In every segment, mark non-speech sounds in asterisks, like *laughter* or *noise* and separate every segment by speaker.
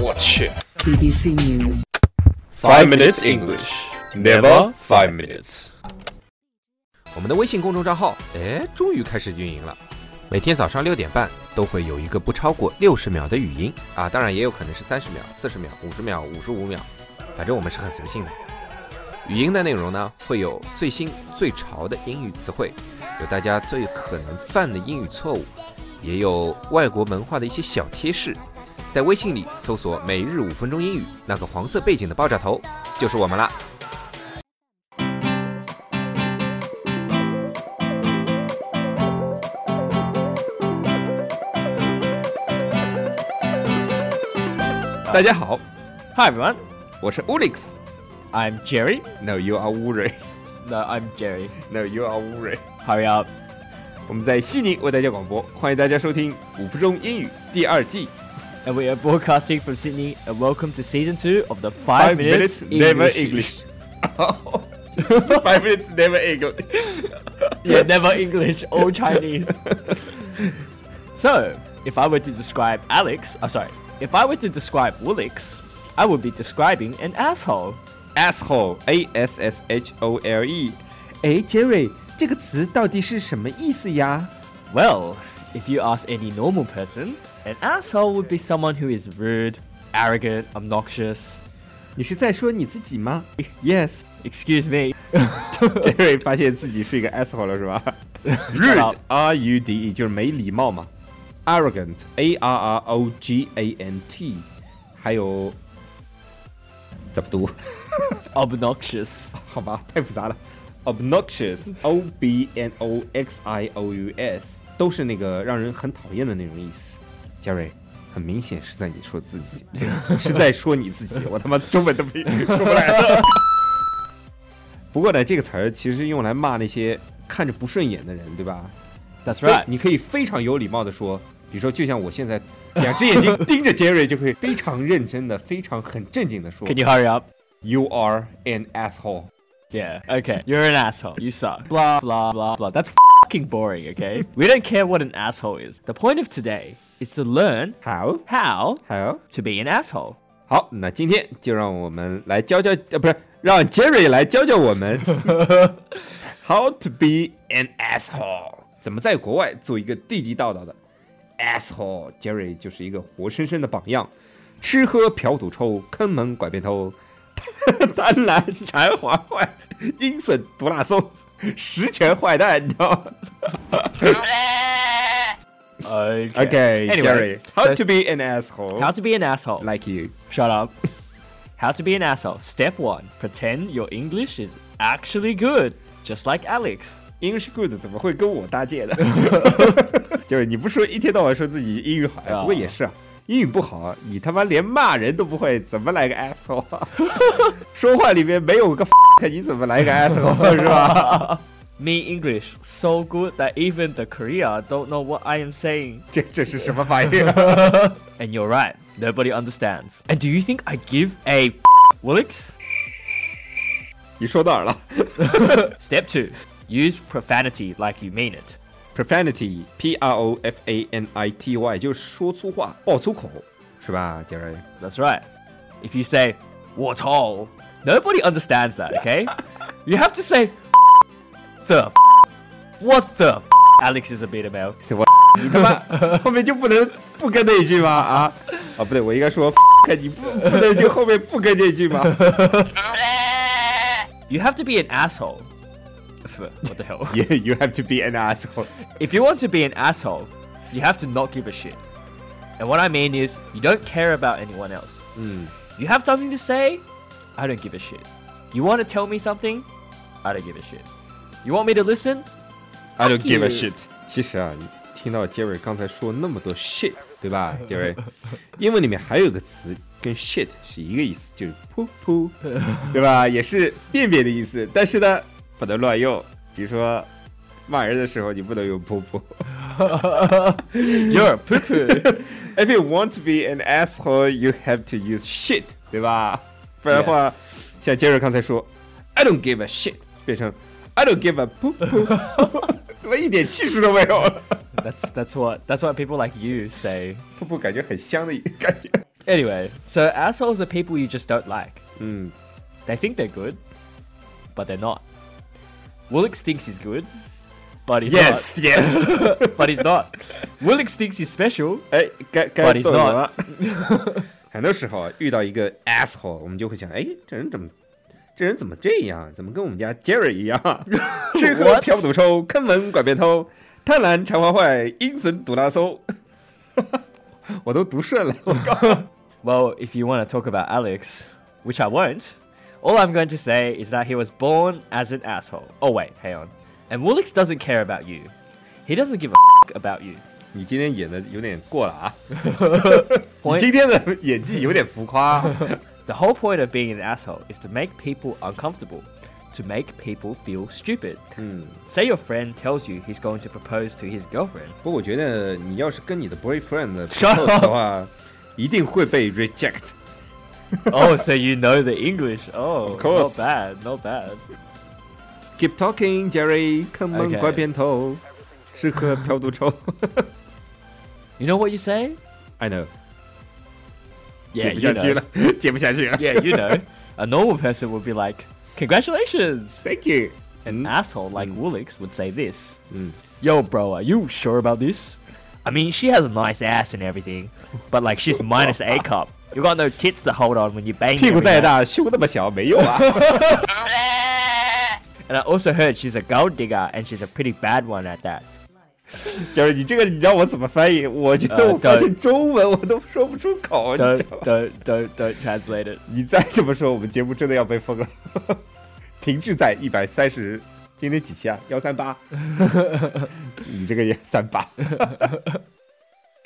Speaker 1: 我去
Speaker 2: BBC News.
Speaker 3: Five minutes English, never five minutes。
Speaker 4: 我们的微信公众账号，哎，终于开始运营了。每天早上六点半都会有一个不超过六十秒的语音啊，当然也有可能是三十秒、四十秒、五十秒、五十五秒，反正我们是很随性的。语音的内容呢，会有最新最潮的英语词汇，有大家最可能犯的英语错误，也有外国文化的一些小贴士。在微信里搜索“每日五分钟英语”，那个黄色背景的爆炸头就是我们啦。大家好，
Speaker 3: Hi everyone,
Speaker 4: 我是 Ulix。
Speaker 3: I'm Jerry.
Speaker 4: No, you are Uri.
Speaker 3: No, I'm Jerry.
Speaker 4: No, you are Uri.
Speaker 3: Hurry up.
Speaker 4: 我们在悉尼为大家广播，欢迎大家收听五分钟英语第二季。
Speaker 3: And we are broadcasting from Sydney. And welcome to season two of the Five, Minutes,
Speaker 4: never English. *laughs* Five minutes never English.
Speaker 3: yeah, never English, all Chinese. so, if I were to describe Alex, oh, sorry, if I were to describe Woolix, I would be describing an asshole.
Speaker 4: Asshole. A S S H O L E。哎，Jerry，这个词到底是什么意思呀？
Speaker 3: Well, if you ask any normal person, an asshole would be someone who is rude, arrogant, obnoxious.
Speaker 4: 你是在说你自己吗？Yes。
Speaker 3: Excuse me.
Speaker 4: *laughs* Jerry 发现自己是一个 asshole 了，是吧 *laughs*
Speaker 3: Shut
Speaker 4: ？Rude。
Speaker 3: up
Speaker 4: R U D E 就是没礼貌嘛。Arrogant。A R R O G A N T。还有怎么读？
Speaker 3: obnoxious.
Speaker 4: *laughs* 好吧，太复杂了。Obnoxious，O B N O X I O U S，都是那个让人很讨厌的那种意思。杰瑞，很明显是在你说自
Speaker 3: *laughs*
Speaker 4: 己，是在说你自己。我他妈中文都没说不来了。 *laughs* 不过呢，这个词儿其实用来骂那些看着不顺眼的人，对吧？
Speaker 3: That's
Speaker 4: 对，
Speaker 3: right.
Speaker 4: 你可以非常有礼貌的说，比如说，就像我现在两只
Speaker 3: *laughs*
Speaker 4: 眼睛盯着杰瑞，就会非常认真的、非常很正经的说
Speaker 3: Can you hurry up?
Speaker 4: ，You are an asshole。
Speaker 3: Yeah. Okay. You're an asshole. You suck. Blah blah blah blah. That's fucking boring. Okay. we don't care what an asshole is. The point of today is to learn
Speaker 4: 好，
Speaker 3: how
Speaker 4: 好。
Speaker 3: to be an asshole.
Speaker 4: 好，那今天就让我们来教教，呃，不是，让 Jerry 来教教我
Speaker 3: *laughs*
Speaker 4: 们，How to be an asshole，怎么在国外做一个地地道道的 asshole。Jerry 就是一个活生生的榜样，吃喝嫖赌抽，坑蒙拐骗偷， *laughs* 贪婪馋滑坏，阴损毒辣松，十全坏蛋，你知道吗
Speaker 3: Okay.
Speaker 4: *laughs*
Speaker 3: Anyway,
Speaker 4: ？OK，Jerry，How、
Speaker 3: so
Speaker 4: to be an asshole
Speaker 3: how to be an asshole.
Speaker 4: like you？
Speaker 3: Shut up. *laughs* How to be an asshole. Step one: pretend your English is actually good, just like Alex.
Speaker 4: English good 怎么会跟我搭界的？就是你不说一天到晚说自己英语好呀，
Speaker 3: 啊
Speaker 4: 不过也是啊，英语不好，你他妈连骂人都不会，怎么来个 asshole？啊 *laughs* 说话里面没有个你怎么来个 asshole 是吧？
Speaker 3: Me English so good that even the Korea don't know what I am saying.
Speaker 4: 这这是什么反应啊？
Speaker 3: And you're right, nobody understands. And do you think I give a *laughs* Willix?
Speaker 4: *laughs* 你说到哪儿了
Speaker 3: Step two, use profanity like you mean it.
Speaker 4: ？Profanity，P R O F A N I T Y，就是说粗话、爆粗口，是吧，杰瑞？
Speaker 3: That's right. If you say "what all," nobody understands that. Okay, you have to say *laughs* the what the. Alex is a beta male.
Speaker 4: 你他妈后面就不能不跟那一句吗？啊啊，不对，我应该说你不不能就后面不跟这句吗？
Speaker 3: You have to be an asshole. *laughs* What the hell?
Speaker 4: *laughs* Yeah, you have to be an asshole.
Speaker 3: If you want to be an asshole, you have to not give a shit. And what I mean is, you don't care about anyone else. You have something to say? I don't give a shit. You want to tell me something? I don't give a shit. You want me to listen?
Speaker 4: I don't
Speaker 3: give a
Speaker 4: 其实啊，你听到杰瑞刚才说那么多 shit，对吧，杰瑞？英文里面还有个词跟 shit 是一个意思，就是噗噗，对吧？也是便便的意思，但是呢，不能乱用。比如说骂人的时候，你不能用噗噗。
Speaker 3: You're a poo poo.
Speaker 4: If you want to be an asshole, you have to use shit，对吧？不然的话
Speaker 3: Yes.
Speaker 4: 像杰瑞刚才说，I don't give a shit，变成 I don't give a poop，怎么一点气势都没有？
Speaker 3: *laughs* that's that's what that's what people like you say.
Speaker 4: 瀑布感觉很香的一个感觉。
Speaker 3: Anyway, so assholes are people you just don't like.
Speaker 4: 嗯
Speaker 3: They think they're good, but they're not. Willix thinks he's good, but he's
Speaker 4: ，yes yes，
Speaker 3: not. but he's not. Willix thinks he's special.
Speaker 4: 哎，该
Speaker 3: But
Speaker 4: 该
Speaker 3: he's
Speaker 4: 动人了。 *laughs* 很多时候啊遇到一个 asshole，我们就会想，哎，这人怎么，这人怎么这样？怎么跟我们家 Jerry 一 *laughs* 样？吃喝
Speaker 3: What？
Speaker 4: 嫖赌抽，坑蒙拐骗偷，贪婪馋坏坏，阴损赌拉 *laughs* 搜。我都读顺了，
Speaker 3: Well, if you want to talk about Alex, which I won't, all I'm going to say is that he was born as an asshole. Oh, wait, hang on. And Woolix doesn't care about you. He doesn't give a f- about you.
Speaker 4: *laughs* 你今天演的有点过了啊！ *laughs* 你
Speaker 3: Point,
Speaker 4: 今天的演技有点浮 *laughs* 夸。
Speaker 3: the whole point of being an asshole is to make people uncomfortable, to make people feel stupid.
Speaker 4: 嗯，
Speaker 3: Say your friend tells you he's going to propose to his girlfriend. *laughs*
Speaker 4: 不过我觉得你要是跟你的 *laughs* boyfriend
Speaker 3: Shut
Speaker 4: propose 的话，一定会被 reject。
Speaker 3: oh, so you know the English. Oh,
Speaker 4: Of course.
Speaker 3: not bad, not bad.
Speaker 4: Keep talking, Jerry，坑蒙
Speaker 3: Okay
Speaker 4: 拐骗偷，吃 *laughs* 喝嫖赌抽。
Speaker 3: You know what you say?
Speaker 4: I know，解
Speaker 3: Yeah,
Speaker 4: 不
Speaker 3: you
Speaker 4: 下去
Speaker 3: know.
Speaker 4: 了， *laughs* 解不下去了。
Speaker 3: yeah, you know. A normal person would be like, congratulations.
Speaker 4: *laughs* Thank you。嗯
Speaker 3: An asshole like Woolix would say this
Speaker 4: 嗯
Speaker 3: Yo, bro, are you sure about this? Mm. I mean, she has a nice ass and everything, but like she's minus *laughs* A cup. You got no tits to hold on when you bang
Speaker 4: 屁股
Speaker 3: every
Speaker 4: 再
Speaker 3: night.
Speaker 4: 大，胸那么小没用 *laughs* 啊。
Speaker 3: And I also heard she's a gold digger and she's a pretty bad one at *laughs* that.
Speaker 4: 就是你这个，你让我怎么翻译？我觉 *laughs* 得
Speaker 3: 呃
Speaker 4: 我翻
Speaker 3: 对
Speaker 4: 成中文我都说不出口，你
Speaker 3: Uh, Don't,
Speaker 4: 知道吧？
Speaker 3: don't, don't, don't translate it.
Speaker 4: 你再这么说，我们节目真的要被封了， *laughs* 停滞在一百三十。今天几期啊？幺三 *laughs* 八。你这个也三八。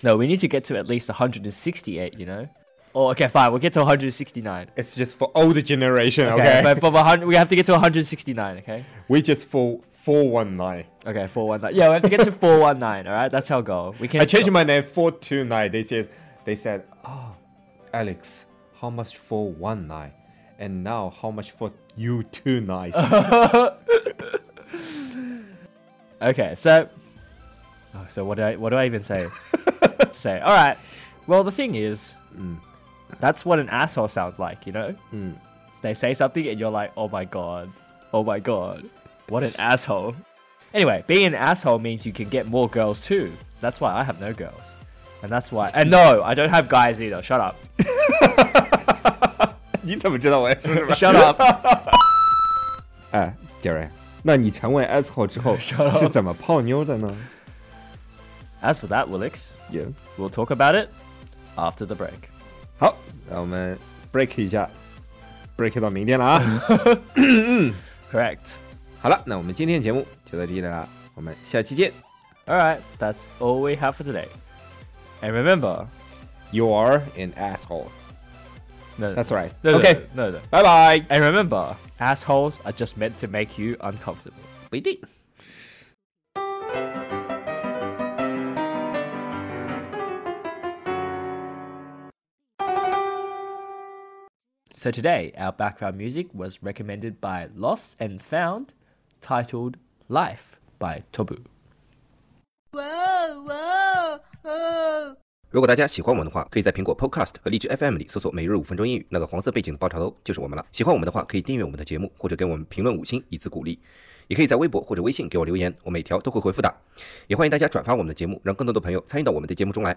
Speaker 3: No, we need to get to at least 168, you know? Oh, okay, fine. We'll get to 169.
Speaker 4: It's just for old generation,
Speaker 3: Okay, but from 100, we have to get to 169, okay?
Speaker 4: We just for four one nine.
Speaker 3: Okay, 419. Yeah, we have to get to 419, all right? That's our goal. We can
Speaker 4: I changed my name four two nine. They said they said, oh, Alex, how much for one nine? And now how much for you two nine?
Speaker 3: Okay, so oh, so what do I what do I even say?
Speaker 4: *laughs*
Speaker 3: say all right. Well, the thing is,
Speaker 4: Hmm.
Speaker 3: that's what an asshole sounds like, you know. They say something and you're like, oh my god, oh my god, what an asshole. Anyway, being an asshole means you can get more girls too. That's why I have no girls, and that's why and no, I don't have guys either. Shut up,
Speaker 4: *laughs* 你怎么知 *laughs* 道我在说什么？
Speaker 3: shut up.
Speaker 4: 哎，杰瑞，那你成为 asshole 之 *laughs* 后
Speaker 3: Shut up
Speaker 4: 是怎么泡妞的呢？
Speaker 3: As for that, Willix,
Speaker 4: 也、
Speaker 3: we'll talk about it after the break.
Speaker 4: 好，那我们 break 一下，break 到明天了啊。
Speaker 3: Correct.
Speaker 4: 好了，那我们今天节目就到这里了，我们下期见。
Speaker 3: Alright, that's all we have for today. And remember,
Speaker 4: You are an asshole.
Speaker 3: no,
Speaker 4: That's right.
Speaker 3: no, no,
Speaker 4: okay.
Speaker 3: no, no, no.
Speaker 4: Bye bye.
Speaker 3: And remember, assholes are just meant to make you uncomfortable.
Speaker 4: 不一定。
Speaker 3: So today, our background music was recommended by Lost and Found, titled Life by Tobu.
Speaker 1: 哇哦哇哦哦！
Speaker 2: 如果大家喜欢我们的话，可以在苹果 Podcast 和荔枝 FM 里搜索“每日五分钟英语”，那个黄色背景的爆炸头就是我们了。喜欢我们的话，可以订阅我们的节目，或者给我们评论五星以资鼓励。也可以在微博或者微信给我留言，我每条都会回复的。也欢迎大家转发我们的节目，让更多的朋友参与到我们的节目中来。